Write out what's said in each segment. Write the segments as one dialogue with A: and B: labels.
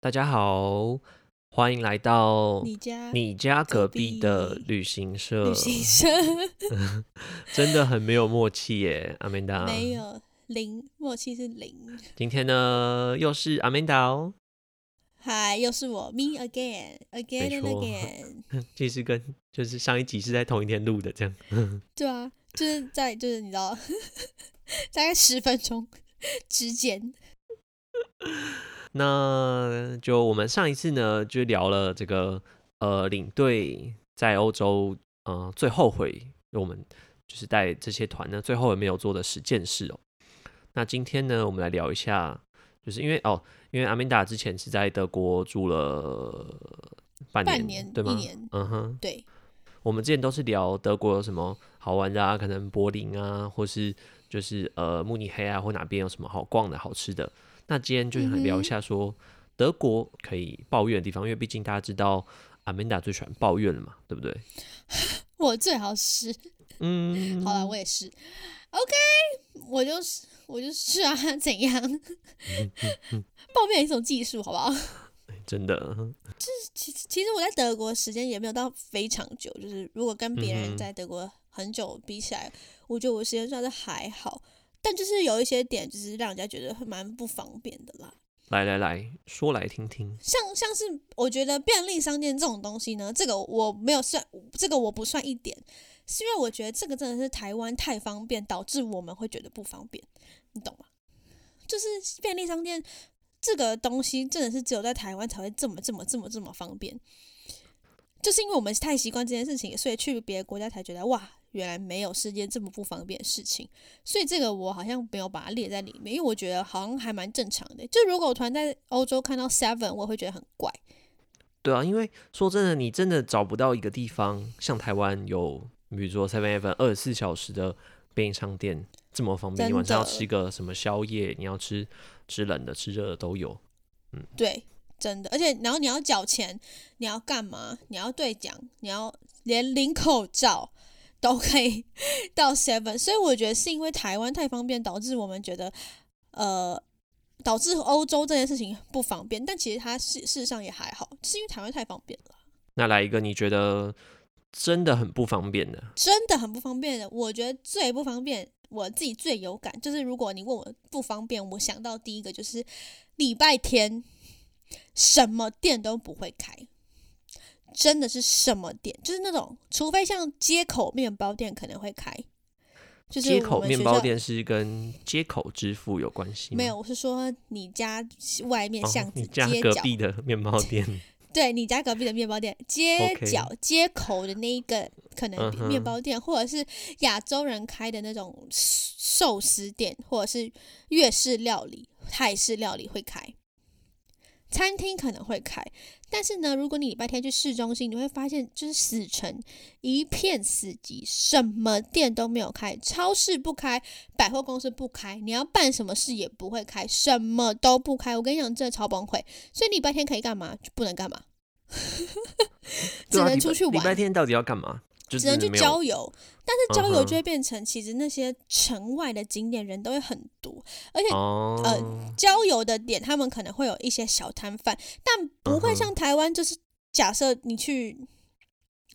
A: 大家好，欢迎来到
B: 你家
A: 你家隔壁的
B: 隔壁
A: 旅行社。
B: 旅行社
A: 真的很没有默契耶，阿曼达。
B: 没。有零默契是零。
A: 今天呢，又是阿曼达哦，
B: 嗨，又是我，me again again
A: 没
B: and
A: 错
B: again。
A: 其实跟就是上一集是在同一天录的，这样。
B: 对啊，就是在就是你知道，大概十分钟之间。
A: 那就我们上一次呢，就聊了这个呃，领队在欧洲呃最后悔，我们就是带这些团呢最后悔没有做的十件事哦。那今天呢，我们来聊一下，就是因为哦，因为阿明达之前是在德国住了半年，
B: 半年
A: 对吗？
B: 一年
A: 嗯哼，
B: 对，
A: 我们之前都是聊德国有什么好玩的啊，可能柏林啊，或是就是呃慕尼黑啊，或哪边有什么好逛的、好吃的。那今天就
B: 嗯
A: 想
B: 哼
A: 聊一下说德国可以抱怨的地方，因为毕竟大家知道阿曼达最喜欢抱怨了嘛，对不对？
B: 我最好是，
A: 嗯，
B: 好了，啊我也是。OK，我就是我就是啊，怎样？
A: 嗯
B: 报备一种技术，好不好？
A: 真的，
B: 其实其实我在德国时间也没有到非常久，就是如果跟别
A: 嗯
B: 人
A: 哼
B: 在德国很久比起来，我觉得我时间算是还好，但就是有一些点就是让人家觉得蛮不方便的啦。
A: 来来来说来听听，
B: 像像是我觉得便利商店这种东西呢，这个我没有算，这个我不算一点，是因为我觉得这个真的是台湾太方便，导致我们会觉得不方便，你懂吗？就是便利商店这个东西真的是只有在台湾才会这么这么这么这么方便，就是因为我们太习惯这件事情，所以去别的国家才觉得哇，原来没有世界这么不方便的事情。所以这个我好像没有把它列在里面，因为我觉得好像还蛮正常的。就如果我突然在欧洲看到 Seven，我也会觉得很怪。
A: 对啊，因为说真的，你真的找不到一个地方像台湾有，比如说 Seven Eleven 二十四小时的便利商店这么方便。你
B: 真
A: 晚上要
B: 的
A: 吃个什么宵夜，你要吃吃冷的、吃热的都有。
B: 对，真的。而且然后你要缴钱，你要干嘛？你要兑奖，你要连领口罩都可以 到 Seven。所以我觉得是因为台湾太方便，导致我们觉得呃。导致欧洲这件事情不方便，但其实它事事实上也还好，是因为台湾太方便了，
A: 那来一个你觉得真的很不方便的，
B: 真的很不方便的。我觉得最不方便，我自己最有感，就是如果你问我不方便，我想到第一个就是礼拜天什么店都不会开，真的是什么店，就是那种，除非像街口面包店可能会开，就是
A: 街
B: 我
A: 口
B: 们
A: 面
B: 学
A: 包
B: 校
A: 店是跟街口支付有关系吗？
B: 没有，我是说你家外面
A: 哦，
B: 巷子、
A: 你家
B: 街
A: 隔
B: 角，
A: 壁的面包店，
B: 对你家隔壁的面包店，街
A: OK
B: 角街口的那一个可
A: 嗯
B: 能
A: 哼
B: 面包店，或者是亚洲人开的那种寿司店，或者是粤式料理、泰式料理会开，餐厅可能会开。但是呢，如果你礼拜天去市中心，你会发现就是死城一片死寂，什么店都没有开，超市不开，百货公司不开，你要办什么事也不会开，什么都不开。我跟你讲，真的超崩溃。所以礼拜天可以干嘛，就不能干嘛，只
A: 对啊
B: 能
A: 礼
B: 出
A: 拜
B: 去
A: 礼
B: 玩
A: 拜天到底要干嘛？就
B: 只能去
A: 没有
B: 郊游。但是郊
A: 嗯
B: 游
A: 哼
B: 就会变成，其实那些城外的景点人都会很多，而且
A: 哦，
B: 郊游的点，他们可能会有一些小摊贩，但不
A: 嗯
B: 会
A: 哼
B: 像台湾，就是假设你去，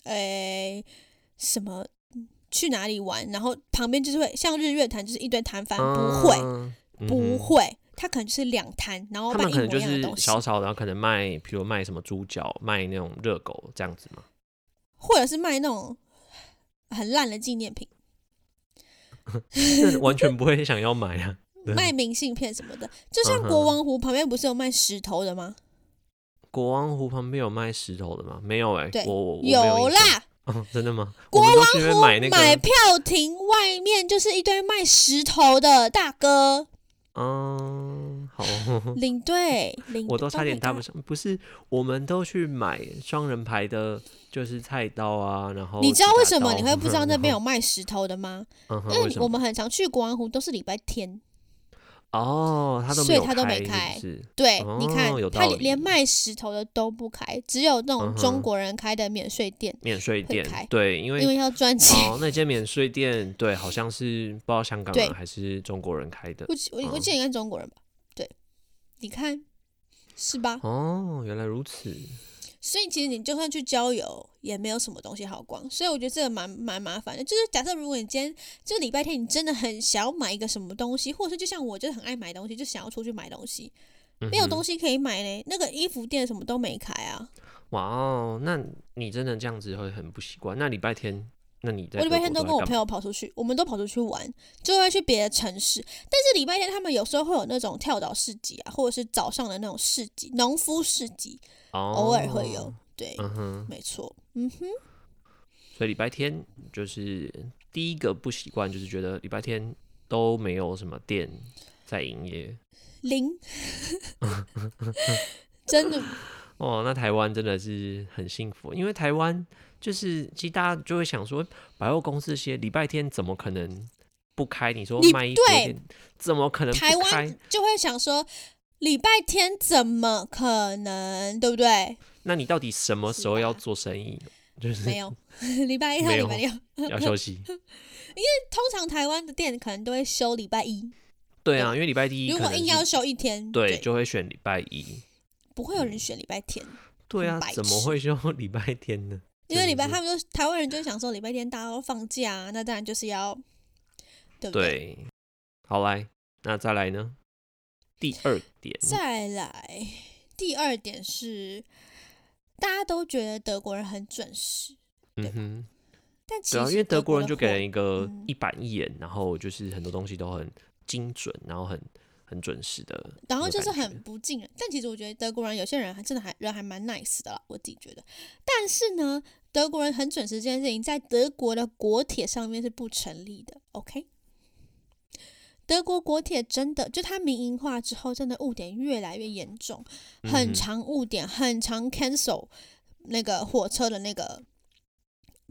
B: 诶、什么去哪里玩，然后旁边就是会像日月潭，就是一堆摊贩，不会，
A: 啊
B: 不。
A: 嗯哼
B: 会，他可能就是两摊，然后
A: 他
B: 卖
A: 们
B: 哦一
A: 可能
B: 模
A: 就
B: 一样的
A: 是
B: 东西，
A: 小小的，然后可能卖，比如卖什么猪脚，卖那种热狗这样子嘛。
B: 或者是卖那种很烂的纪念品，
A: 那完全不会想要买啊。对
B: 卖明信片什么的，就像
A: 嗯哼
B: 国王湖旁边不是有卖石头的吗？
A: 国王湖旁边有卖石头的吗？没有哎、
B: 对
A: 我我我没
B: 有
A: 印象
B: 啦，
A: 哦，真的吗？
B: 国
A: 我们
B: 王
A: 都是因为
B: 湖
A: 买那个
B: 买票亭外面就是一堆卖石头的大哥
A: 嗯， 好，
B: 领队，领
A: 我都差点搭不
B: 上。
A: 上。不是，我们都去买双人牌的，就是菜刀啊，然后
B: 你知道为什么你
A: 指甲刀
B: 会不知 道那边有？卖石头的吗？
A: 嗯哼，
B: 因
A: 为
B: 为
A: 什
B: 我
A: 么？
B: 们很常去国王湖，都是礼拜天。
A: 哦，他都
B: 所以
A: 有
B: 他都没
A: 开，
B: 开
A: 是
B: 对，
A: 哦
B: 你看
A: 有，道
B: 他
A: 理
B: 连连卖石头的都不开，只有那
A: 嗯
B: 种
A: 哼
B: 中国人开的免税店，
A: 免税
B: 会
A: 店
B: 开，
A: 对，因为
B: 因为要赚钱。
A: 哦，那间免税店对，好像是不知道香港
B: 对嗯
A: 人还是中国人开的，
B: 我记我我记得应该中国人吧？对，你看，是吧？
A: 哦，原来如此。
B: 所以其实你就算去郊游，也没有什么东西好逛。所以我觉得这个蛮蛮麻烦的。就是假设如果你今天这个礼拜天你真的很想要买一个什么东西，或者是就像我就是很爱买东西，就想要出去买东西，没有东
A: 西、
B: 西可以买嘞，那个衣服店什么都没开啊。
A: 哇哦，那你真的这样子会很不习惯。那礼拜天，那你在
B: 我礼拜天
A: 德国
B: 都跟我
A: 在
B: 朋
A: 干嘛
B: 友跑出去，我们都跑出去玩，就会去别的城市。但是礼拜天他们有时候会有那种跳蚤市集啊，或者是早上的那种市集，农夫市集
A: 哦、
B: 偶尔会有。。对，
A: 嗯哼，
B: 没错，嗯哼，
A: 所以礼拜天就是第一个不习惯，就是觉得礼拜天都没有什么店在营业。
B: 零， 真的
A: 哦，那台湾真的是很幸福，因为台湾就是其实大家就会想说，百货公司这些礼拜天怎么可能不开？你说
B: 你
A: 卖衣服的
B: 对
A: 店怎么可能
B: 台
A: 不
B: 湾
A: 开？
B: 就会想说，礼拜天怎么可能，对 不对？
A: 那你到底什么
B: 是
A: 时候要
B: 吧
A: 做生意？就是
B: 没有， 礼拜一到
A: 没
B: 礼
A: 有
B: 拜六，通
A: 要休 息。
B: 常台湾的店可能都会休礼拜一，
A: 对啊，因为礼拜一
B: 如
A: 可
B: 果
A: 能
B: 硬
A: 是
B: 要休一天，
A: 对，就会选礼拜一。
B: 不会有人选礼拜天。
A: 对啊
B: 很白，
A: 怎么
B: 痴
A: 会休 礼拜天呢？
B: 因为
A: 真
B: 礼
A: 的
B: 拜
A: 是
B: 他们就台湾人就想说礼拜天大家都放假、啊，那当然就是要，对不对？
A: 对，好来，那再来呢？第二点，
B: 再来第二点是，大家都觉得德国人很准时，
A: 嗯哼，
B: 但其
A: 对
B: 实、
A: 啊，因为德国
B: 国
A: 人
B: 的
A: 就给
B: 货
A: 人一个
B: 嗯
A: 一板一眼，然后就是很多东西都很精准，然后很很准时的那种感
B: 然
A: 觉，
B: 后就是很不近人，但其实我觉得德国人有些人还真的还人还蛮 nice 的啦，我自己觉得。但是呢，德国人很准时这件事情在德国的国铁上面是不成立的，OK？德国国铁真的就它民营化之后，真的误点越来越严重，
A: 嗯哼
B: 很常误点，很常 cancel 那个火车的那个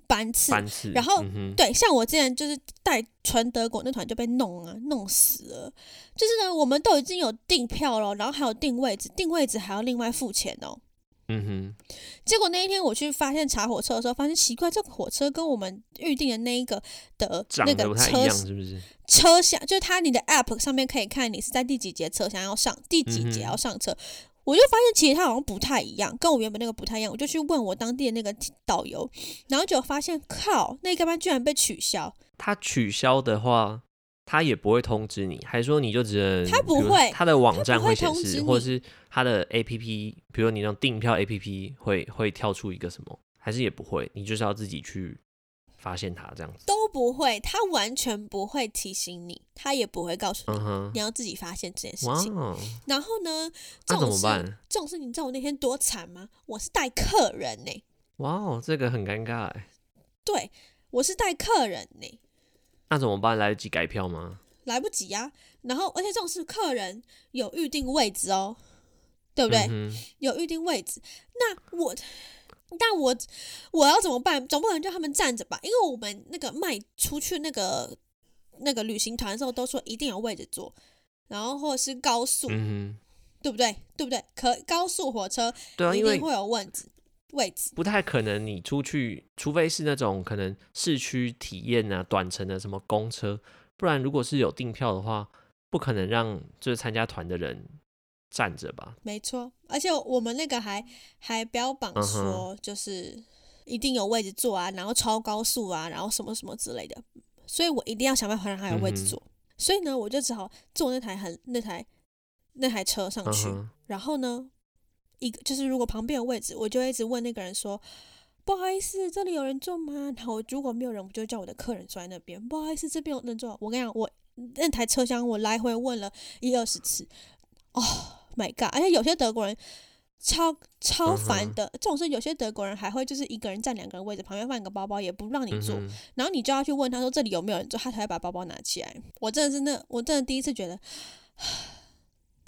B: 班次。
A: 班次，
B: 然后
A: 嗯哼、
B: 对，像我之前就是带纯德国那团就被弄啊，弄死了。就是呢，我们都已经有订票了，然后还有订位置，订位置还要另外付钱哦。
A: 嗯
B: 结果那一天我去发现查火车的时候，发现奇怪，这个火车跟我们预定的那一个的
A: 哼，长
B: 那
A: 得
B: 个
A: 不太一
B: 车
A: 样，是不是？
B: 车厢，就是它你的 app 上面可以看你是在第几节车厢要上，第几节
A: 嗯哼
B: 要上车。我就发现其实它好像不太一样，跟我原本那个不太一样。我就去问我当地的那个导游，然后就发现靠，那个班居然被取消。
A: 他取消的话，他也不会通知你，还说你就只能
B: 他不
A: 比如
B: 会
A: 他的网站
B: 不会
A: 显
B: 通知
A: 示，
B: 你
A: 或者是他的 A P P，比如你那种订票 A P P 会会跳出一个什么，还是也不会，你就是要自己去发现它这样子。
B: 都不会，他完全不会提醒你，他也不会告诉你，
A: 嗯哼
B: 你，要自己发现这件事
A: 哇
B: 情。
A: 哦，
B: 然后呢，这
A: 那
B: 种
A: 怎么
B: 事、
A: 办？
B: 这种事，你知道我那天多惨吗？我是带客人呢、
A: 哇哦，这个很尴尬哎。
B: 对我是带客人呢、
A: 那怎么办？来得及改票吗？
B: 来不及呀、然后，而且这种是客人有预定位置哦，对不对？
A: 嗯哼
B: 有预定位置，那我。但我我要怎么办？总不能叫他们站着吧？因为我们那个卖出去那个那个旅行团的时候，都说一定有位置坐，然后或者是高速，
A: 嗯
B: 对不对？对不对？可高速火车
A: 哼，对啊，
B: 一
A: 因
B: 定
A: 为
B: 会有位置位置。
A: 不太可能你出去，除非是那种可能市区体验啊、短程的什么公车，不然如果是有订票的话，不可能让就是参加团的人站着吧？
B: 没错，而且我们那个还还标榜
A: 嗯哼
B: 说，就是一定有位置坐啊，然后超高速啊，然后什么什么之类的，所以我一定要想办法让他有位
A: 嗯
B: 置
A: 哼
B: 坐。所以呢，我就只好坐那台很那台那台车上
A: 嗯
B: 去。
A: 哼，
B: 然后呢，一个就是如果旁边有位置，我就会一直问那个人说：“不好意思，这里有人坐吗？”然后如果没有人，我就叫我的客人坐在那边。不好意思，这边有人坐。我跟你讲，我那台车厢我来回问了一二十次。哦、oh,，My God！而且有些德国人超超
A: 嗯
B: 烦
A: 哼
B: 的，这种事有些德国人还会就是一个人占两个人位置，旁边放一个包包，也不让你
A: 嗯
B: 坐。
A: 哼，
B: 然后你就要去问他说这里有没有人坐，他才会把包包拿起来。我真的是那，我真的第一次觉得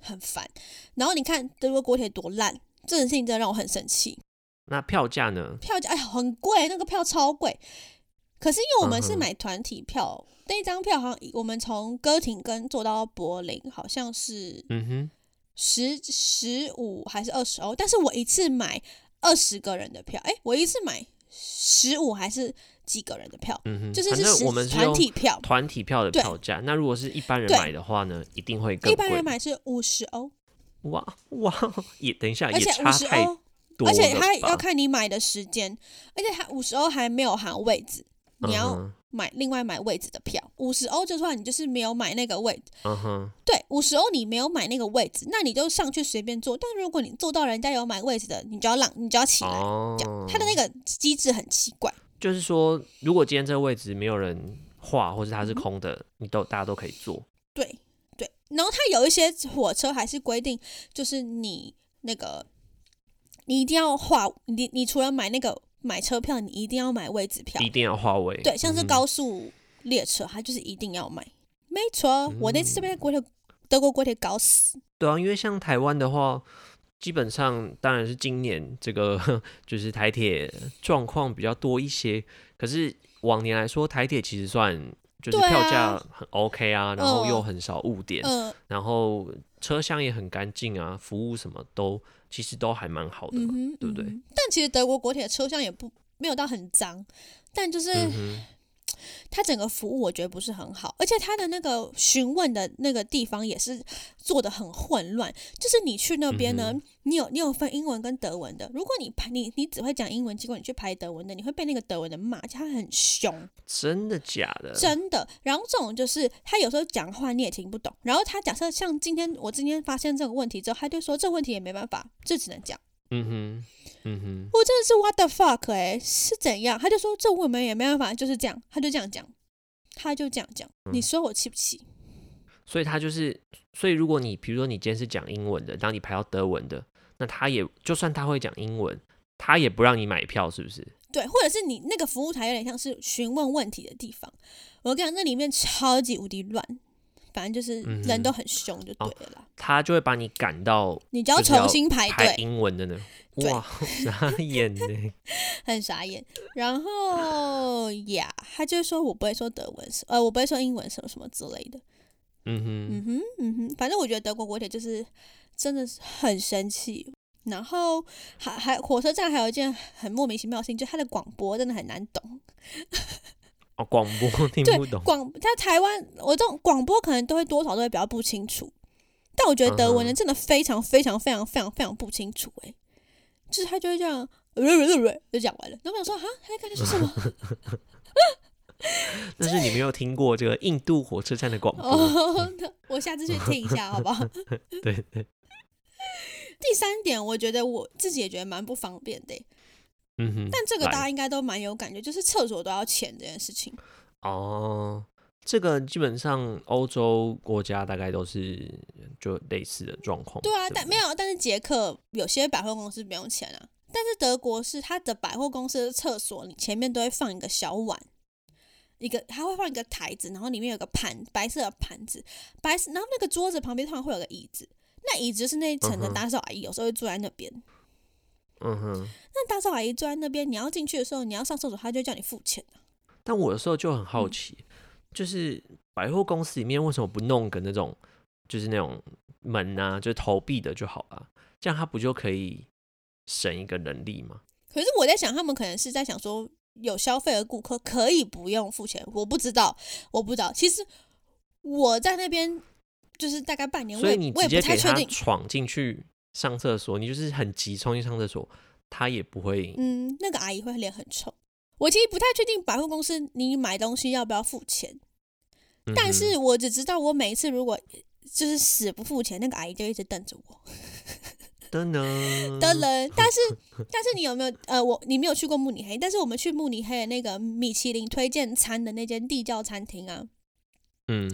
B: 很烦。然后你看德国国铁多烂，这件事情真的让我很生气。
A: 那票价呢？
B: 票价哎呀很贵，那个票超贵。可是因为我们
A: 嗯
B: 是
A: 哼
B: 买团体票，那一张票好像我们从哥廷根坐到柏林，好像是
A: 嗯哼，
B: 十十五还是二十欧，但是我一次买二十个人的票，哎，我一次买十五还是几个人的票？
A: 嗯哼，
B: 就是
A: 反
B: 是
A: 正
B: 十
A: 我们是
B: 团
A: 用
B: 体票，
A: 团体票的
B: 对
A: 票价。那如果是一般人
B: 对
A: 买的话呢，一定会更贵。
B: 一般人买是五十欧，
A: 哇哇，也等一下
B: 而
A: 啊也
B: 且
A: 差
B: 五十
A: 太
B: 欧，
A: 多
B: 而
A: 了吧，
B: 且它要看你买的时间，而且它五十欧还没有含位置，你要
A: 嗯
B: 买另外买位置的票。五十欧就算你就是没有买那个位置，
A: 哼嗯哼
B: 对，五十欧你没有买那个位置，那你就上去随便坐。但如果你坐到人家有买位置的，你就要让，你就要起来。这
A: 哦，
B: 它的那个机制很奇怪，
A: 就是说，如果今天这个位置没有人画，或是它是空
B: 嗯
A: 的，你都大家都可以坐。
B: 对对。然后它有一些火车还是规定，就是你那个你一定要画，你你除了买那个买车票，你一定要买位置票
A: 一。定要化位。
B: 啊对，像是
A: 嗯
B: 高速列车，它就是一定要买。没错，我那次被国铁德国国铁搞死。
A: 对啊，因为像台湾的话，基本上当然是今年这个 就是台铁状况比较多一些，可是往年来说，台铁其实算。就是
B: 对啊
A: 票价很 OK 啊，然后
B: 嗯
A: 又很少误点，
B: 嗯
A: 然后车厢也很干净啊，服务什么都其实都还蛮好的
B: 嗯
A: 嘛。
B: 哼，
A: 对不对
B: 嗯哼但其实德国国铁车厢也不没有到很脏，但就是
A: 嗯哼，
B: 它整个服务我觉得不是很好，而且它的那个询问的那个地方也是做的很混乱。就是你去那边呢，
A: 嗯
B: 你有你有分英文跟德文的，如果你排你你只会讲英文，结果你去排德文的，你会被那个德文的骂，而且他很凶。
A: 真的假的？
B: 真的。然后这种就是他有时候讲话你也听不懂，然后他假设像今天我今天发现这个问题之后，他就说这问题也没办法，这只能讲。
A: 嗯哼，嗯哼，
B: 我真的是 what the fuck 哎、是怎样？他就说这我们也没办法，就是这样，他就这样讲，他就这样讲。
A: 嗯
B: 你说我气不气？
A: 所以他就是，所以如果你比如说你今天是讲英文的，然后你排到德文的，那他也就算他会讲英文，他也不让你买票，是不是？
B: 对，或者是你那个服务台有点像是询问问题的地方。我跟你讲，那里面超级无敌乱，反正就是
A: 嗯哼
B: 人都很凶，就对了啦。
A: 他就会把你赶到
B: 你只要
A: 就是要
B: 重新排队
A: 排，英文的 呢。
B: 哎对
A: 哇，傻眼 呢！
B: 很傻眼。然后呀他就说我不会说德文，呃，我不会说英文什么什么之类的。
A: 嗯哼，
B: 嗯哼，嗯哼，反正我觉得德国国铁就是真的是很神奇。然后还还火车站还有一件很莫名其妙的事情，就是它的广播真的很难懂。
A: 哦，广播听
B: 对
A: 不懂，
B: 广在台湾，我这种广播可能都会多少都会比较不清楚，但我觉得德文
A: 嗯
B: 人
A: 哼
B: 真的非常非常非常非常非常不清楚、欸。就是他就会这样，呃就讲完了。然后我想说，哈，他在跟他 说什么？
A: 但是你没有听过这个印度火车站的广播，
B: 哦，那我下次去听一下，好不好？
A: 对对，
B: 第三点，我觉得我自己也觉得蛮不方便的欸，
A: 嗯哼。
B: 但这个
A: 来
B: 大家应该都蛮有感觉，就是厕所都要钱这件事情。
A: 哦，这个基本上欧洲国家大概都是就类似的状况嘛，
B: 对啊，
A: 不
B: 但没有，但是捷克有些百货公司不用钱啊，但是德国是它的百货公司的厕所，你前面都会放一个小碗。一个，它会放一个台子，然后里面有个盘，白色的盘子，白色，然后那个桌子旁边通常会有个椅子，那椅子就是那一层
A: 嗯
B: 的
A: 哼
B: 打扫阿姨有时候会坐在那边，
A: 嗯哼。
B: 那打扫阿姨坐在那边，你要进去的时候，你要上厕所，她就会叫你付钱啊
A: 但我有时候就很好
B: 嗯
A: 奇，就是百货公司里面为什么不弄个那种，就是那种门啊，就是投币的就好了，这样它不就可以省一个人力吗？
B: 可是我在想，他们可能是在想说，有消费的顾客可以不用付钱，我不知道，我不知道。其实我在那边就是大概半年，我
A: 所
B: 也
A: 以你
B: 我
A: 直
B: 也
A: 接
B: 不太
A: 给
B: 确
A: 他
B: 定。
A: 闯进去上厕所，你就是很急冲进去上厕所，他也不会。
B: 嗯，那个阿姨会脸很臭。我其实不太确定百货公司你买东西要不要付钱，
A: 嗯
B: 但
A: 哼
B: 是我只知道我每一次如果就是死不付钱，那个阿姨就一直瞪着
A: 嗯
B: 我。
A: 噔噔
B: 的人，但是但是你有没有呃，我你没有去过慕尼黑，但是我们去慕尼黑的那个米其林推荐餐的那间地窖餐厅啊，
A: 嗯，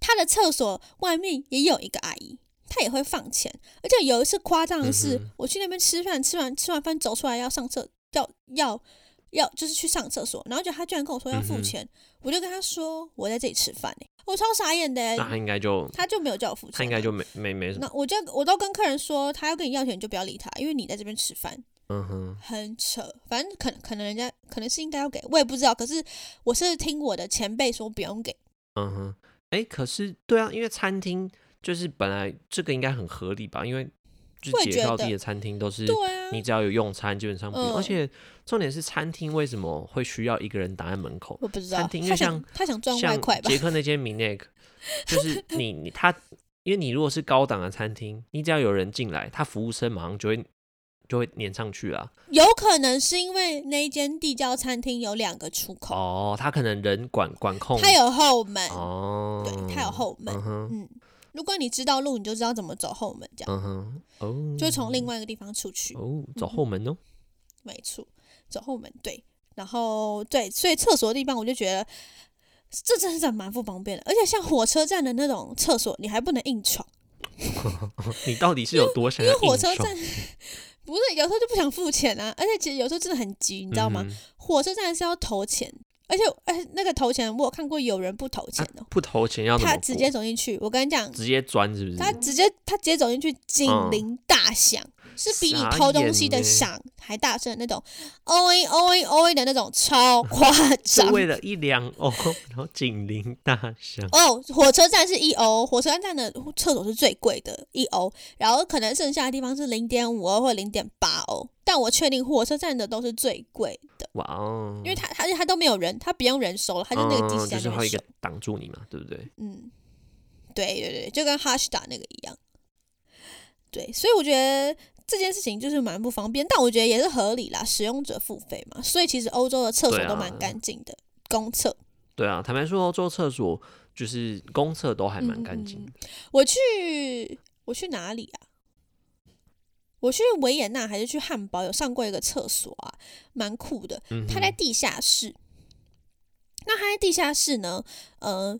B: 他的厕所外面也有一个阿姨，她也会放钱。而且有一次夸张的是，
A: 嗯哼
B: 我去那边吃饭，吃完吃完饭走出来要上厕，要要要就是去上厕所，然后就她居然跟我说要付
A: 嗯
B: 钱，我就跟她说我在这里吃饭呢、我超傻眼的、欸
A: 那他应该就
B: 她就没有叫我付钱啊，
A: 他应该就没没没什么，
B: 那我就我都跟客人说，他要跟你要钱你就不要理他，因为你在这边吃饭
A: 嗯哼，
B: 很扯。反正可能可能人家可能是应该要给，我也不知道。可是我是听我的前辈说不用给，
A: 嗯哼，哎、可是对啊，因为餐厅就是本来这个应该很合理吧，因为就
B: 会
A: 是
B: 觉
A: 街道地
B: 得
A: 的餐厅都是
B: 对啊，
A: 你只要有用餐，基本上不用。
B: 嗯
A: 而且重点是餐厅为什么会需要一个人挡在门口？
B: 我不知道，
A: 餐厅因
B: 他
A: 为
B: 想
A: 像
B: 他想赚外
A: 像
B: 快吧？
A: 杰克那间 Minek，就是你你他因为你如果是高档的餐厅，你只要有人进来，他服务生马上就会就会粘上去啦。
B: 有可能是因为那一间地窖餐厅有两个出口，
A: 哦，他可能人管管控，
B: 它有后门，
A: 哦，
B: 对，它有后门
A: 嗯。哼，
B: 嗯，如果你知道路，你就知道怎么走后门，这样
A: 嗯哼，哦，
B: 就从另外一个地方出去。
A: 哦走后门哦，
B: 没错，走后门对。然后对，所以厕所的地方我就觉得这真的蛮不方便的，而且像火车站的那种厕所，你还不能硬闯，
A: 你到底是有多想
B: 因
A: 要
B: 为火
A: 硬
B: 车
A: 爽
B: 站 不是有时候就不想付钱啊，而且其实有时候真的很急，你知道吗？
A: 嗯
B: 火车站是要投钱，而且而且那个投钱我有看过有人不投钱
A: 哼
B: 哦，
A: 不投钱啊要怎么
B: 他
A: 过？
B: 直接走进去，我跟你讲，
A: 直接钻是不是？
B: 他直接他直接走进去，警
A: 嗯
B: 铃大响，是比你
A: 傻
B: 偷东西的
A: 眼欸
B: 响还大声的那种，o 哦 a o a o a 的那种，超 夸
A: 是
B: 张。
A: 为了一两哦， 然后警铃大响，
B: 哦，火车站是一欧，火车站的厕所是最贵的，一欧，然后可能剩下的地方是零点五哦欧或零点八欧，但我确定火车站的都是最贵的，
A: 哇哦！
B: 因为他他他都没有人，他不用人收了，他就那个机
A: 嗯
B: 器在
A: 就是
B: 那
A: 还有
B: 边
A: 一
B: 收
A: 个，挡住你嘛，对不对？
B: 嗯，对对对，就跟哈士达那个一样，对，所以我觉得这件事情就是蛮不方便，但我觉得也是合理啦，使用者付费嘛，所以其实欧洲的厕所
A: 对啊
B: 都蛮干净的，公厕，
A: 对啊，坦白说，欧洲厕所就是公厕都还蛮干净
B: 嗯
A: 的。
B: 我去，我去哪里啊？我去维也纳还是去汉堡，有上过一个厕所啊，蛮酷的。
A: 嗯哼，
B: 它在地下室。那它在地下室呢？呃，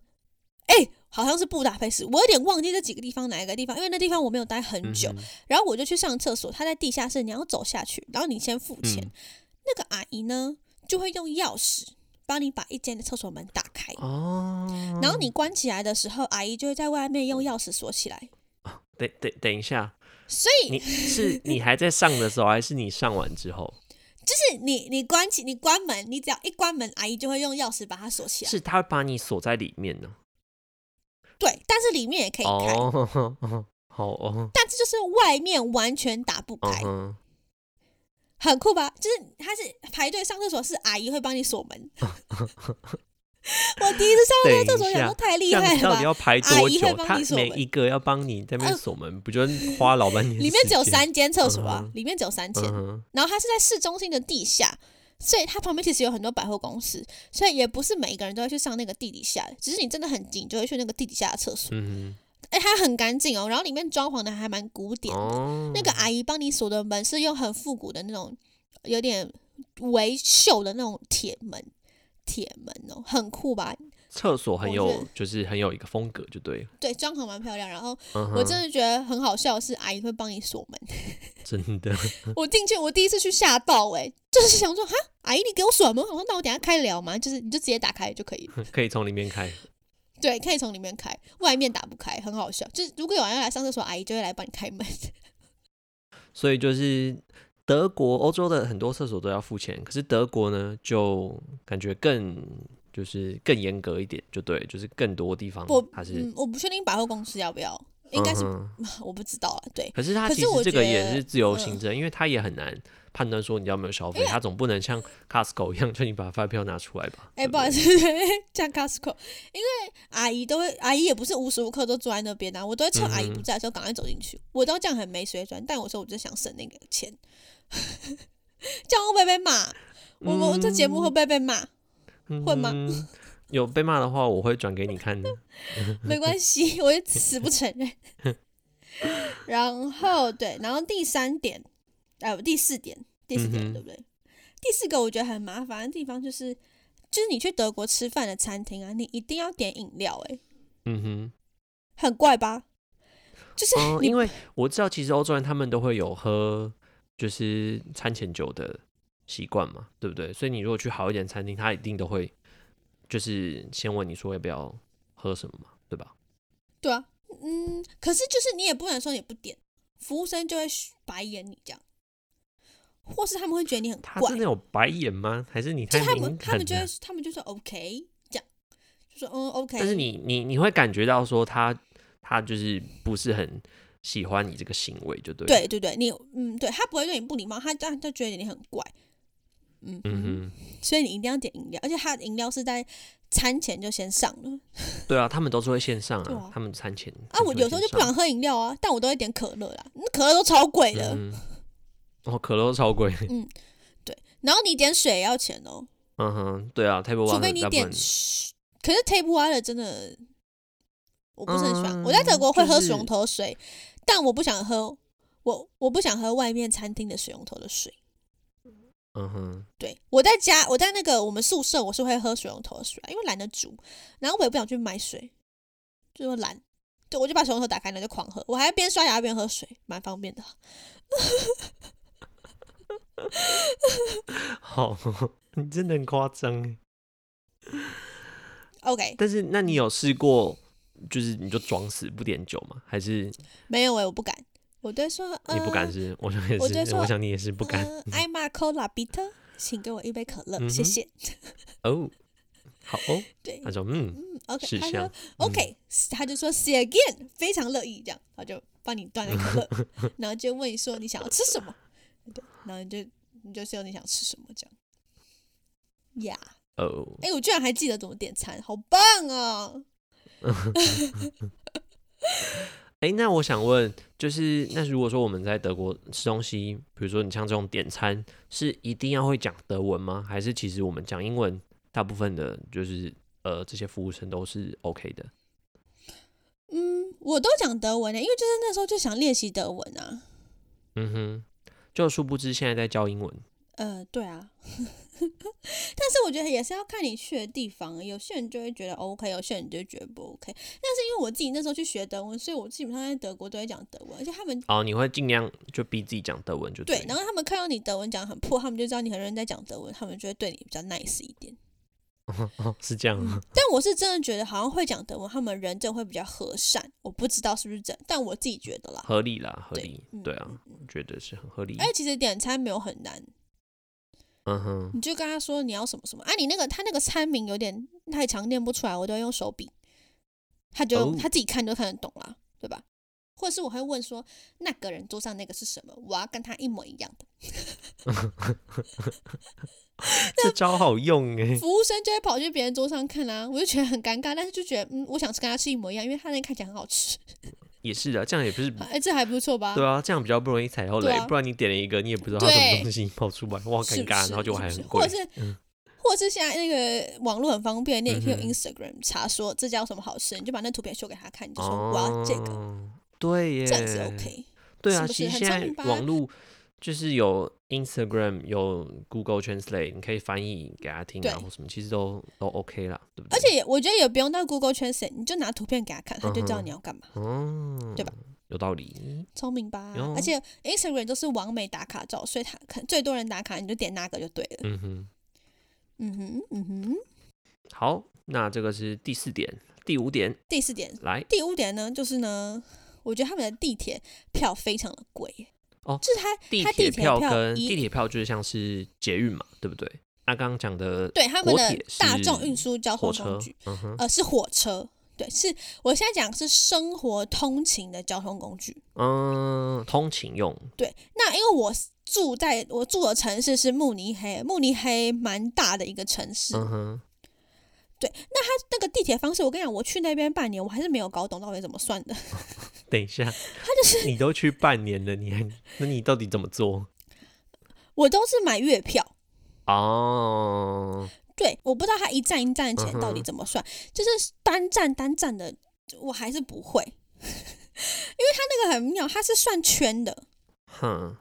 B: 哎、好像是布达佩斯，我有点忘记这几个地方哪一个地方，因为那地方我没有待很久。
A: 嗯哼
B: 然后我就去上厕所，它在地下室，你要走下去，然后你先付钱。
A: 嗯
B: 那个阿姨呢，就会用钥匙帮你把一间的厕所门打开。
A: 哦，
B: 然后你关起来的时候，阿姨就会在外
A: 嗯
B: 面用钥匙锁起来。
A: 等等等一下，
B: 所以
A: 你是你还在上的时候，还是你上完之 后？
B: 就是你你关起你关门，你只要一关门，阿姨就会用钥匙把它锁起来。
A: 是他把你锁在里面呢？
B: 对，但是里面也可以开，
A: 哦， 好哦，
B: 但这就是外面完全打不开
A: 嗯，哼，
B: 很酷吧？就是它是排队上厕所是阿姨会帮你锁 门。我第一次
A: 等
B: 上厕所，
A: 一
B: 想
A: 下
B: 说。太
A: 这
B: 厉
A: 样
B: 害
A: 子到
B: 了
A: 底
B: 吧！
A: 要排
B: 阿
A: 多
B: 姨
A: 久
B: 会？帮
A: 他
B: 你锁
A: 每
B: 门
A: 一个要帮你在那边
B: 呃
A: 锁门，不就是花老半天？
B: 里面只有，三间厕所啊
A: 嗯，哼
B: 里面只有三间
A: 嗯，哼，
B: 然后它是在市中心的地下，所以它旁边其实有很多百货公司，所以也不是每一个人都会去上那个地底下的，只是你真的很紧就会去那个地底下的厕所。
A: 嗯
B: 哎、它很干净哦，然后里面装潢的还蛮古
A: 哼，
B: 典的。
A: 哦，
B: 那个阿姨帮你锁的门是用很复古的那种，有点维锈的那种铁门，铁门哦，很酷吧？
A: 厕所很
B: 我觉
A: 有
B: 得，
A: 就是很有一个风格，就对了。
B: 对，装潢蛮漂亮。然后
A: 嗯
B: 我
A: 哼
B: 真的觉得很好笑的是，阿姨会帮你锁 门。
A: 真的，
B: 我进去，我第一次去吓到、欸，就是想说哈，阿姨你给我锁门，我想说那我等一下开聊嘛，就是你就直接打开就可以了。
A: 可以从里面开。
B: 对，可以从里面开，外面打不开，很好笑。就是如果有人要来上厕所，阿姨就会来帮你开门。
A: 所以就是德国、欧洲的很多厕所都要付钱，可是德国呢，就感觉更就是更严格一点，就对，就是更多地方
B: 我
A: 它是，
B: 嗯，我不确定百货公司要不要，应该是、
A: 嗯哼
B: 我不知道啊。对，
A: 可是它
B: 可
A: 其
B: 是
A: 实
B: 我
A: 这
B: 觉
A: 个
B: 得嗯
A: 也是自由行政，因为它也很难判断说你要没有消费，它总不能像 Costco 一样，就你把发票拿出来吧。
B: 哎、
A: 对
B: 不
A: 对
B: 好意思， 像 Costco，因为阿姨都会，阿姨也不是无时无刻都坐在那边啊，我都会
A: 嗯
B: 趁阿姨不在的时候赶快走进去。我都这样很没水准，但我说我就想省那个钱， 这样会不会被骂？我们、我这节目会不会被骂？会吗
A: 嗯有被骂的话，我会转给你看的。
B: 没 关系，我就死不承认。然后对，然后第三点，哎、呃，第四点，第四点、
A: 嗯哼
B: 对不对？第四个我觉得很麻烦的地方就是，就是你去德国吃饭的餐厅啊，你一定要点饮料、哎，
A: 嗯 哼。
B: 很怪吧？就是
A: 哦，
B: 你、
A: 因为我知道其实欧洲人他们都会有喝就是餐前酒的习惯嘛，对不对？所以你如果去好一点餐厅，他一定都会就是先问你说要不要喝什么嘛，对吧？
B: 对啊，嗯，可是就是你也不能说你不点，服务生就会嘘白眼你这样，或是他们会觉得你很
A: 他
B: 怪
A: 真，的有白眼吗？还是你
B: 就
A: 太
B: 他
A: 敏
B: 们他
A: 感
B: 们就会
A: 了？
B: 他们就说 OK 这样，就说嗯 OK，
A: 但是你你你会感觉到说他他就是不是很喜欢你这个行为，就对。
B: 对，对对，你嗯，对他不会对你不礼貌，他他他觉得你很怪，嗯
A: 嗯
B: 所以你一定要点饮料，而且他的饮料是在餐前就先上了。
A: 对啊，他们都是会线上
B: 对
A: 啊
B: 啊，
A: 他们餐前
B: 啊，我有时候就不想
A: 想
B: 喝饮料啊，但我都会点可乐啦，那可乐都超贵的。
A: 嗯，哦，可乐超贵，
B: 对，然后你点水也要钱哦，
A: 嗯哼，对啊，table
B: 除
A: one
B: 非你
A: 大部
B: 点
A: 分，
B: 嘘，可是 table water 真的我不是很喜欢。我在德
A: 嗯
B: 国会
A: 就
B: 喝
A: 是
B: 水龙头水，但我不想喝，我我不想喝外面餐厅的水龙头的水。
A: 嗯哼，
B: 对，我在家，我在那个我们宿舍，我是会喝水龙头的水啊，因为懒得煮，然后我也不想去买水，就是懒，对我就把水龙头打开，然后就狂喝，我还边刷牙边喝水，蛮方便的。
A: 好， 你真的很夸张欸。
B: OK，
A: 但是，那你有试过，就是你就装死不点酒吗？还是
B: 没有诶、欸我不敢，我对说，
A: 你不敢
B: 呃
A: 是？我想也
B: 我觉得
A: 是，
B: 说
A: 我想你也是不敢
B: 嗯，艾玛 Cola Bitter，请给我一杯可乐，
A: 嗯哼
B: 谢谢。
A: 哦。好哦，
B: 对
A: 他，说嗯，
B: 呃嗯，OK，
A: 是
B: 他
A: 这样
B: 说 OK，、他就说 See you again，非常乐意这样，他就帮你端了可乐，然后就问你说你想要吃什么， 对，然后你就你就说你想吃什么这样。呀，
A: 哦，
B: 哎，我居然还记得怎么点餐，好棒啊！
A: 哎，那我想问，就是那如果说我们在德国吃东西，比如说你像这种点餐，是一定要会讲德文吗？还是其实我们讲英文，大部分的就是呃这些服务生都是 OK 的？
B: 嗯，我都讲德文的，因为就是那时候就想练习德文啊。
A: 嗯哼，就殊不知现在在教英文。
B: 呃，对啊， 但是我觉得也是要看你去的地方，有些人就会觉得 OK，有些人就觉得不 OK。但是因为我自己那时候去学德文，所以我基本上在德国都会讲德文，而且他们
A: 哦，你会尽量就逼自己讲德文就
B: 对，
A: 了
B: 然后他们看到你德文讲得很破，他们就知道你很认真在讲德文，他们就会对你比较 nice 一点。
A: 哦，是这
B: 嗯
A: 样啊。
B: 但我是真的觉得，好像会讲德文，他们人真的会比较和善。我不知道是不是真，但我自己觉得啦。
A: 合理啦，合
B: 对
A: 理，
B: 嗯
A: 对啊，我觉得是很合理。
B: 哎，其实点餐没有很难，
A: 嗯哼，
B: 你就跟他说你要什么什么啊，你那个他那个餐名有点太长念不出来，我都会用手比，他就、
A: 哦
B: 他自己看就看得懂啦，对吧？或者是我会问说那个人桌上那个是什么，我要跟他一模一样的，
A: 这招好用哎、
B: 服务生就会跑去别人桌上看啦、啊我就觉得很尴尬，但是就觉得嗯，我想吃跟他吃一模一样，因为他那看起来很好吃，
A: 也是的，这样也不是，
B: 哎、这还不错吧？
A: 嗯对啊，这样比较不容易踩到雷，
B: 对啊
A: 不然你点了一个，你也不知道它什么
B: 对
A: 东西跑出来，哇，尴
B: 是不
A: 尬，
B: 是
A: 然后就是还
B: 不是
A: 很
B: 或
A: 贵
B: 者。是
A: 嗯，
B: 或者是现在那个网络很方便，你也可以用
A: 嗯哼
B: Instagram 查说这家有什么好吃，你就把那图片秀给他看，你就说我要这个，
A: 哦，对耶，
B: 这样子 OK。
A: 对啊，
B: 是不
A: 其实
B: 是很
A: 现
B: 聪明
A: 在
B: 吧
A: 网络就是有 Instagram，有 Google Translate，你可以翻译给他听啊，
B: 对
A: 或什么，其实都都 OK 啦，对不对？
B: 而且也我觉得也不用到 Google Translate，你就拿图片给他看，他就
A: 嗯
B: 知道
A: 哼
B: 你要干嘛，
A: 哦，
B: 对吧？
A: 有道理，
B: 聪明吧
A: 有？
B: 而且 Instagram 都是完美打卡照，所以他看最多人打卡，你就点那个就对了。
A: 嗯哼，
B: 嗯哼，嗯哼。
A: 好，那这个是第四点，第五点
B: 第四点，
A: 来
B: 第五点呢，就是呢，我觉得他们的地铁票非常的贵，
A: 哦
B: 就是他
A: 地
B: 它
A: 铁
B: 地铁
A: 票
B: 票
A: 跟
B: 一
A: 地铁票就是像是捷运嘛，对不对？那刚刚讲的
B: 对他们
A: 国
B: 的
A: 铁是
B: 大众运输交
A: 火
B: 通
A: 车
B: 工具，，
A: 嗯哼，
B: 呃，是火车。对，是我现在讲是生活通勤的交通工具。
A: 嗯，通勤用，
B: 对，那因为我住在我住的城市是慕尼黑，慕尼黑蛮大的一个城市，
A: 嗯哼，
B: 那个地铁方式，我跟你讲，我去那边半年，我还是没有搞懂到底怎么算的。
A: 等一下，他就是你都去半年了，你还那你到底怎么做？
B: 我都是买月票，
A: 哦，
B: 对，我不知道它一站一站的
A: 嗯哼
B: 钱到底怎么算，就是单站单站的，我还是不会，因 为它那个很妙，它是算圈的。
A: 哼，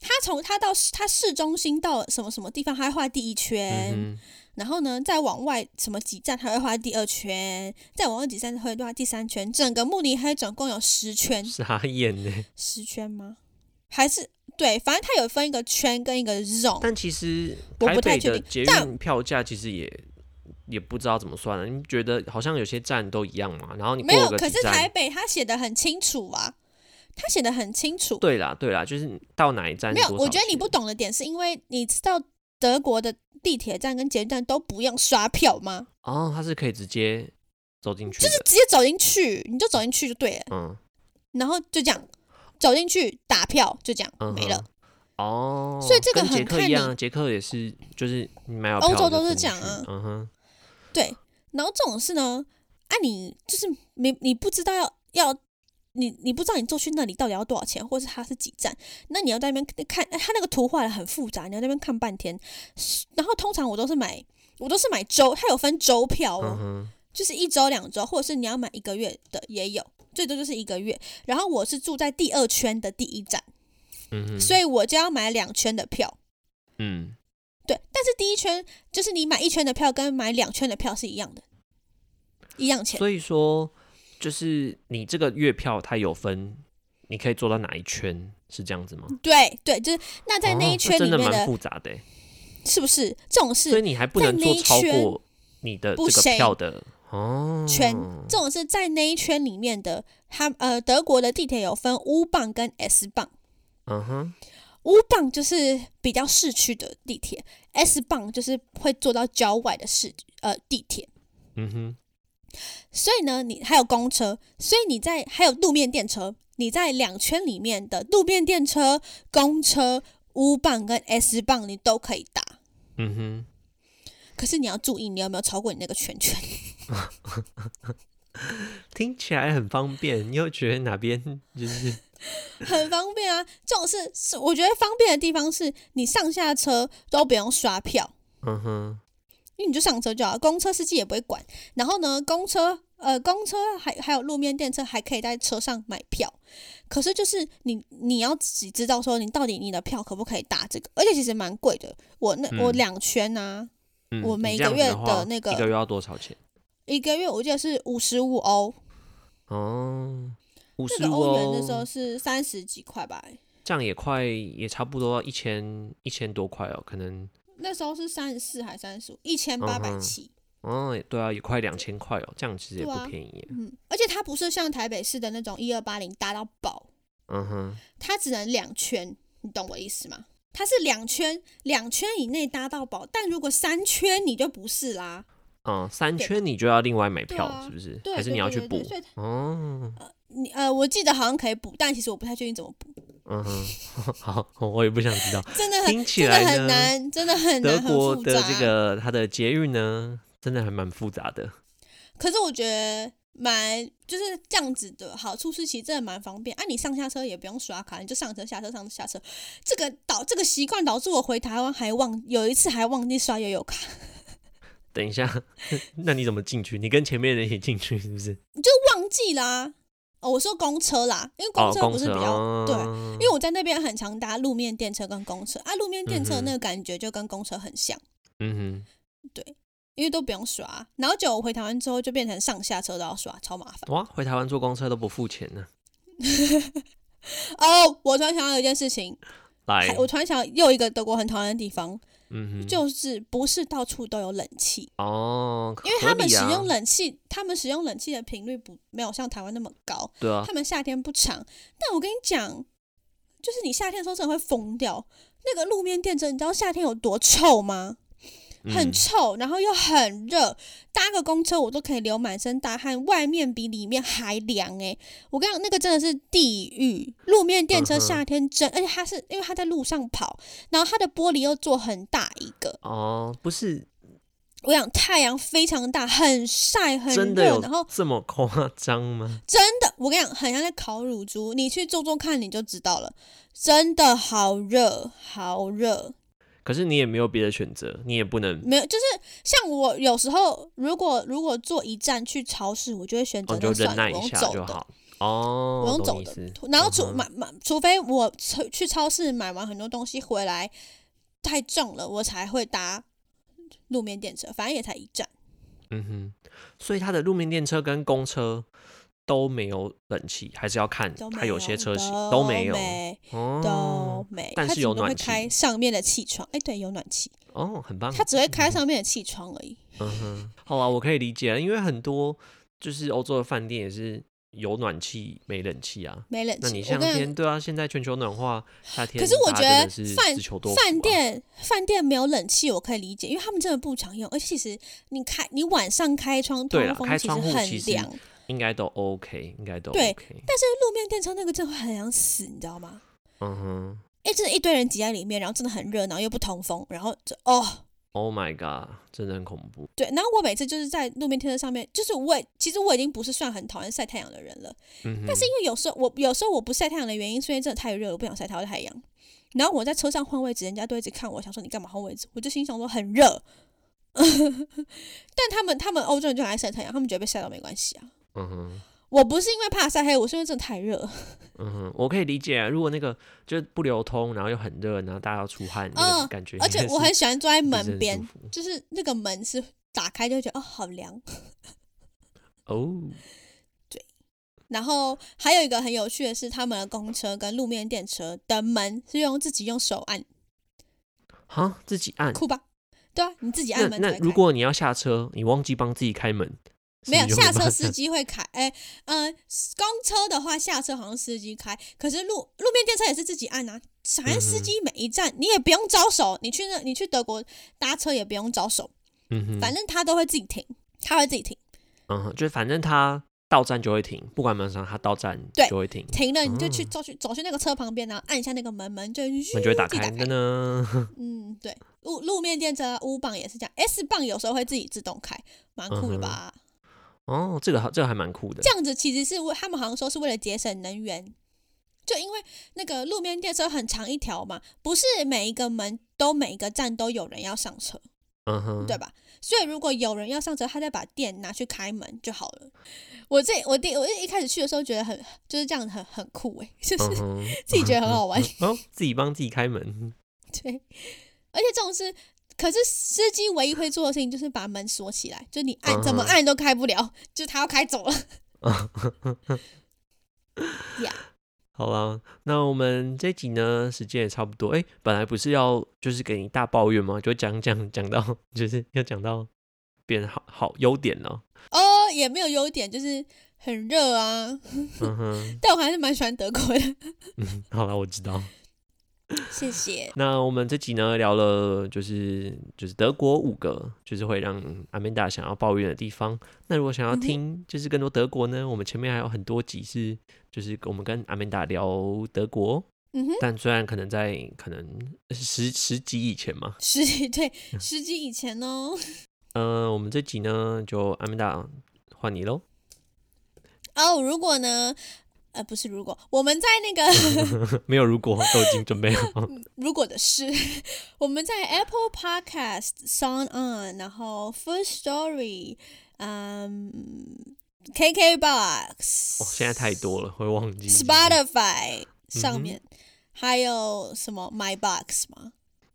B: 它从它到它市中心到什么什么地方，它会画第一圈，
A: 嗯
B: 然后呢，再往外什么几站，它会画第二圈，再往外几站会画第三圈。整个慕尼黑总共有十圈
A: 哼，，傻眼呢。
B: 十圈吗？还是对，反正它有分一个圈跟一个 zone。
A: 但其实
B: 我
A: 台
B: 不太
A: 北
B: 确
A: 的
B: 定
A: 捷
B: 但
A: 运票价其实也也不知道怎么算了，你觉得好像有些站都一样嘛，然后你
B: 没
A: 过了
B: 有，
A: 个
B: 可
A: 几
B: 是台
A: 站。
B: 北它写的很清楚啊，它写的很清楚。
A: 对啦，对啦，就是到哪一站
B: 没
A: 是
B: 有，
A: 多
B: 我
A: 少
B: 觉得你
A: 钱
B: 不懂的点是因为你知道德国的地铁站跟捷运站都不用刷票吗？
A: 哦，它是可以直接走进去的，
B: 直接走进去，你就走进去就对了，
A: 嗯
B: 然后就这样走进去打票，就这样、
A: 嗯哼
B: 没了。
A: 哦，
B: 所以这个
A: 跟捷
B: 很
A: 克
B: 看
A: 一样啊，
B: 你
A: 捷克也是，就是你买好
B: 欧
A: 票
B: 洲
A: 你就
B: 都是
A: 进
B: 这样
A: 去
B: 啊
A: 嗯哼，
B: 对，然后这种事呢，啊你就是没你不知道要要你你不知道你坐去那里到底要多少钱，或是它是几站，那你要在那边看哎它那个图画的很复杂，你要在那边看半天。然后通常我都是买我都是买周，它有分周票哦，
A: 嗯哼，
B: 就是一周、两周，或者是你要买一个月的也有，最多就是一个月。然后我是住在第二圈的第一站，
A: 嗯哼，
B: 所以我就要买两圈的票。
A: 嗯，
B: 对，但是第一圈就是你买一圈的票跟买两圈的票是一样的，一样钱。
A: 所以说就是你这个月票它有分，你可以做到哪一圈是这样子吗？
B: 对对，就是那在那一
A: 哦
B: 圈里
A: 真的
B: 面
A: 蛮
B: 的，
A: 复杂的欸，
B: 是不是这种
A: 所以
B: 事？
A: 你还不
B: 在
A: 能
B: 那
A: 做
B: 一
A: 超
B: 圈
A: 过你的
B: 不
A: 这个
B: 行
A: 票的哦
B: 圈这种是在那一圈里面的，他呃，德国的地铁有分 U 棒跟 S 棒。
A: 嗯哼，
B: U 棒就是比较市区的地铁，S 棒就是会坐到郊外的市呃地铁。
A: 嗯哼，
B: 所以呢，你还有公车，所以你在还有路面电车，你在两圈里面的路面电车、公车、U 棒跟 S 棒你都可以搭。
A: 嗯哼。
B: 可是你要注意，你有没有超过你那个圈 圈？
A: 听起来很方便，你又觉得哪边就是
B: 很方便啊！这种事是我觉得方便的地方是，你上下车都不用刷票，
A: 嗯哼，
B: 因为你就上车就好了，公车司机也不会管。然后呢，公车呃，公车还还有路面电车还可以在车上买票，可是就是你你要自己知道说你到底你的票可不可以搭这个，而且其实蛮贵的。我那、我
A: 嗯
B: 两圈啊，
A: 嗯
B: 我
A: 你
B: 每
A: 这样
B: 个
A: 子
B: 月
A: 的话
B: 的那个
A: 一个月要多少钱？
B: 一个月我记得是五十五欧，
A: 哦，五
B: 那
A: 十
B: 个
A: 五
B: 欧元的时
A: 哦
B: 候，是三十几块吧，
A: 这样也快也差不多一千一千多块哦，可能
B: 那时候是三十四还三十五，一千八百七。
A: 哦，对啊，也快两千块哦，这样其实也
B: 对啊
A: 不便宜耶。
B: 嗯，而且它不是像台北市的那种一二八零搭到爆，
A: 嗯哼，
B: 它只能两圈，你懂我意思吗？它是两圈，两圈以内搭到宝，但如果三圈你就不是啦。
A: 嗯，三
B: 对吧
A: 圈你就要另外买
B: 对
A: 票，
B: 啊
A: 是不是？
B: 对，
A: 还是
B: 对
A: 你要
B: 对
A: 去
B: 对
A: 补
B: 对？所以它
A: 哦，
B: 你呃，我记得好像可以补，但其实我不太确定怎么补，
A: 嗯哼， 好，我也不想 知道。
B: 真的很
A: 听起
B: 真的
A: 来
B: 很
A: 呢，
B: 难，真的很
A: 德
B: 难，很
A: 国
B: 复
A: 的
B: 杂。
A: 这个它的捷运呢，真的还蛮复杂的。
B: 可是我觉得蛮就是这样子的好处是，其实真的蛮方便。啊，你上下车也不用刷卡，你就上车下车上车下车。这个导这个习惯导致我回台湾还忘有一次还忘记刷悠游卡，
A: 等一下， 那你怎么进去？你跟前面人一起进去是不是？
B: 忘记啦、哦，我说公车啦，因为
A: 哦
B: 公，车
A: 公
B: 不是
A: 车
B: 比较、对
A: 哦
B: 因为我在那边很常搭路面电车跟公车啊，路面电车
A: 嗯哼
B: 那个感觉就跟公车很像，
A: 嗯
B: 因为都不用刷。啊然后结果我回台湾之后就变成上下车都要刷，超麻烦。
A: 哼，哇，回台湾坐公车都不付钱呢、
B: 哦，我突然想到一件事情，
A: 来
B: 还，我突然想到又一个德国很讨厌的地方，
A: 哎嗯哼，
B: 就是不是到处都有冷气，
A: 哦，
B: 因为他们使
A: 合理啊
B: 用冷气，他们使用冷气的频率不没有像台湾那么高，
A: 对啊
B: 他，们夏天不长。但我跟你讲，就是你夏天的时候真的会疯掉。那个路面电车，你知道夏天有多臭吗？很
A: 嗯
B: 臭，然后又很热，搭个公车我都可以流满身大汗，外面比里面还凉诶、我跟你讲，那个真的是地狱。路面电车
A: 嗯哼
B: 夏天真，而且它是因为它在路上跑，然后它的玻璃又做很大一个，
A: 哦，不是
B: 我想太阳非常大，很晒很
A: 真的
B: 热，然
A: 有
B: 后
A: 这么夸张吗？
B: 真的，我跟你讲，很像在烤乳猪，你去做做看你就知道了，真的好热，好热。
A: 可是你也没有别的选择，你也不能，
B: 没有，就是像我有时候如果如果坐一站去超市，我就会选择
A: 哦，就
B: 那算
A: 忍
B: 了，
A: 耐
B: 我
A: 一
B: 用
A: 下
B: 走
A: 就
B: 的。
A: 好。哦，
B: 我用
A: 懂
B: 走
A: 你
B: 的
A: 意思，
B: 然后除
A: 嗯哼
B: 买买，除非我去去超市买完很多东西回来太重了，我才会搭路面电车，反正也才一站。
A: 嗯哼，所以它的路面电车跟公车都没有冷气，还是要看
B: 都
A: 它
B: 没
A: 有些车型
B: 都
A: 都没有
B: 没
A: 哦
B: 都没，
A: 但
B: 它
A: 是
B: 只
A: 有
B: 能会
A: 暖气
B: 开上面的气窗。哎，对，有暖气，
A: 哦，很棒。
B: 它只会开上面的气窗而已。
A: 嗯哼，好啊，我可以理解，因为很多就是欧洲的饭店也是有暖气没冷气啊。
B: 没冷
A: 那
B: 气
A: 你，
B: 我
A: 像
B: 跟
A: 天
B: 你
A: 对啊，现在全球暖化，夏天
B: 可是我
A: 大
B: 觉
A: 家真
B: 得
A: 的是
B: 饭
A: 自求多福
B: 饭
A: 啊
B: 店饭店没有冷气，我可以理解，因为他们真的不常用。而且其实你开你晚上开窗
A: 对
B: 通
A: 啦
B: 风
A: 开
B: 其实
A: 窗户
B: 很
A: 其实
B: 凉，但
A: 应该都 OK，应该都
B: 对
A: OK。
B: 是路面电车那个真的会很想死，你知道吗？
A: 嗯哼，
B: 哎，真的，一堆人挤在里面，然后真的很热，然后又不通风，然后就哦，
A: Oh my god，真的很恐怖。
B: 对，然后我每次就是在路边停车上面，就是我也其实我已经不是算很讨厌晒太阳的人了，
A: 嗯哼，
B: 但是因为有时候我有时候我不晒太阳的原因，是因为真的太热了，我不想晒到太阳。然后我在车上换位置，人家都一直看我，想说你干嘛换位置？我就心想说很热， 但他们他们欧洲人就很爱晒太阳，他们觉得被晒到没关系啊。
A: 嗯哼，
B: 我不是因为怕晒黑，我是因为真的太热。
A: 嗯哼，我可以理解啊。如果那个就是不流通，然后又很热，然后大家要出汗，那个
B: 嗯
A: 感觉
B: 而
A: 应
B: 且
A: 该
B: 我
A: 是
B: 很喜欢坐在
A: 不是
B: 门
A: 很
B: 边
A: 舒，服
B: 就是那个门是打开就会觉得哦好凉。
A: 哦。
B: 然后还有一个很有趣的是，他们的公车跟路面电车的门是用自己用手按，
A: 哈，自己按。
B: 酷吧？对啊，你自己
A: 那
B: 按门才
A: 那
B: 会
A: 如
B: 开
A: 果你要下车，你忘记帮自己开门，是
B: 没有
A: 不是就会
B: 下车
A: 慢
B: 司机会开，哎、嗯、公车的话下车好像司机开，可是路路面电车也是自己按啊。反正
A: 嗯
B: 司机每一站、你也不用招手，你去那你去德国搭车也不用招手，
A: 嗯哼，
B: 反正他都会自己停，他会自己停，
A: 嗯哼，就反正他到站就会停，不管门上他到站
B: 对
A: 就会停，
B: 停了你就去
A: 嗯
B: 走去走去那个车旁边，然后按一下那个门，门就
A: 门就会打
B: 自己
A: 开。噔噔，
B: 嗯，对，路路面电车 U 棒也是这样，S 棒有时候会自己自动开，蛮
A: 嗯
B: 酷的吧？
A: 哦，这个好，这个还蛮酷的
B: 这。样子其实是为他们好像说是为了节省能源，就因为那个路面电车很长一条嘛，不是每一个门都每一个站都有人要上车，
A: 嗯哼，
B: 对吧？所以如果有人要上车，他再把电拿去开门就好了。我这我第我一开始去的时候觉得很就是这样很很酷诶、就是
A: 嗯哼，
B: 自己觉得 很好玩。
A: 哦，自己帮自己开门，
B: 对，而且这种是，可是司机唯一会做的事情就是把门锁起来，就你按怎么
A: 嗯
B: 按都开不了，就他要开走了。
A: 好啦，那我们这集呢，时间也差不多。哎、本来不是要就是给你大抱怨吗？就讲讲讲到，就是要讲到变好好优点了。
B: 哦，也没有优点，就是很热啊。
A: 嗯哼，
B: 但我还是蛮喜欢德国的，
A: 嗯，好啦，我知道。
B: 谢谢。
A: 那我们这集呢聊了，就是就是德国五个，就是会让阿曼达想要抱怨的地方。那如果想要
B: 嗯哼
A: 听就是更多德国呢，我们前面还有很多集是就是我们跟阿曼达聊德国，
B: 嗯哼，
A: 但虽然可能在可能十十集以前嘛，
B: 十 对十几以前哦。
A: 呃，我们这集呢就阿曼达换你喽。
B: 哦，如果呢？呃，不是，如果我们在那个
A: 没有，如果都已经准备好，
B: 如果的是，我们在 Apple Podcast、Sound On，然后 First Story，嗯，KK Box，
A: 哇，现在太多了，会忘记。
B: Spotify
A: 嗯
B: 上
A: 哼
B: 面，还有什么 My Box 吗？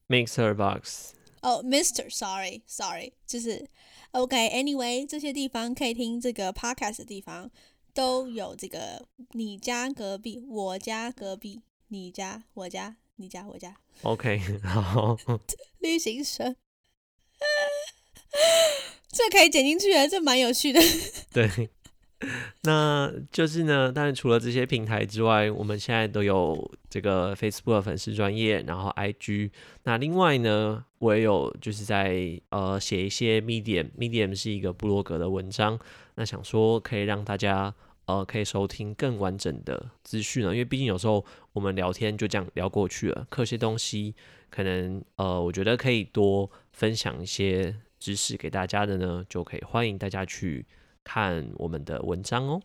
A: Mixer Box，
B: 哦、m r Sorry Sorry，就是 OK，Anyway，、这些地方可以听这个 Podcast 的地方都有这个你家隔壁、我家隔壁、你家、我家、你家、我家
A: OK，好，
B: 旅行社， 这可以剪进去的，这蛮有趣的。
A: 对，那就是呢。但是除了这些平台之外，我们现在都有这个 Facebook 的粉丝专业，然后 IG。那另外呢，我也有就是在呃写一些 Medium，Medium 是一个部落格的文章，那想说可以让大家。呃，可以收听更完整的资讯啊呢，因为毕竟有时候我们聊天就这样聊过去了，可有些东西可能呃，我觉得可以多分享一些知识给大家的呢，就可以欢迎大家去看我们的文章哦。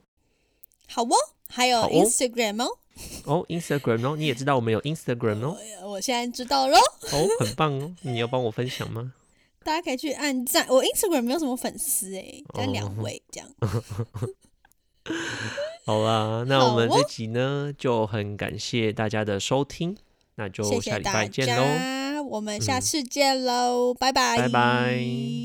B: 好哦，还有
A: 好哦
B: Instagram 哦，
A: 哦，Instagram 哦，你也知道我们有 Instagram 哦，
B: 呃我现在知道喽，
A: 哦，很棒哦。你要帮我分享吗？
B: 大家可以去按赞。我 Instagram 没有什么粉丝诶，才
A: 哦
B: 两位这样。
A: 好啦，那我们
B: 好哦
A: 这集呢就很感谢大家的收听，那就
B: 谢
A: 下
B: 谢
A: 礼
B: 大
A: 拜见喽。嗯
B: 家，我们下次见喽，拜拜，
A: 拜拜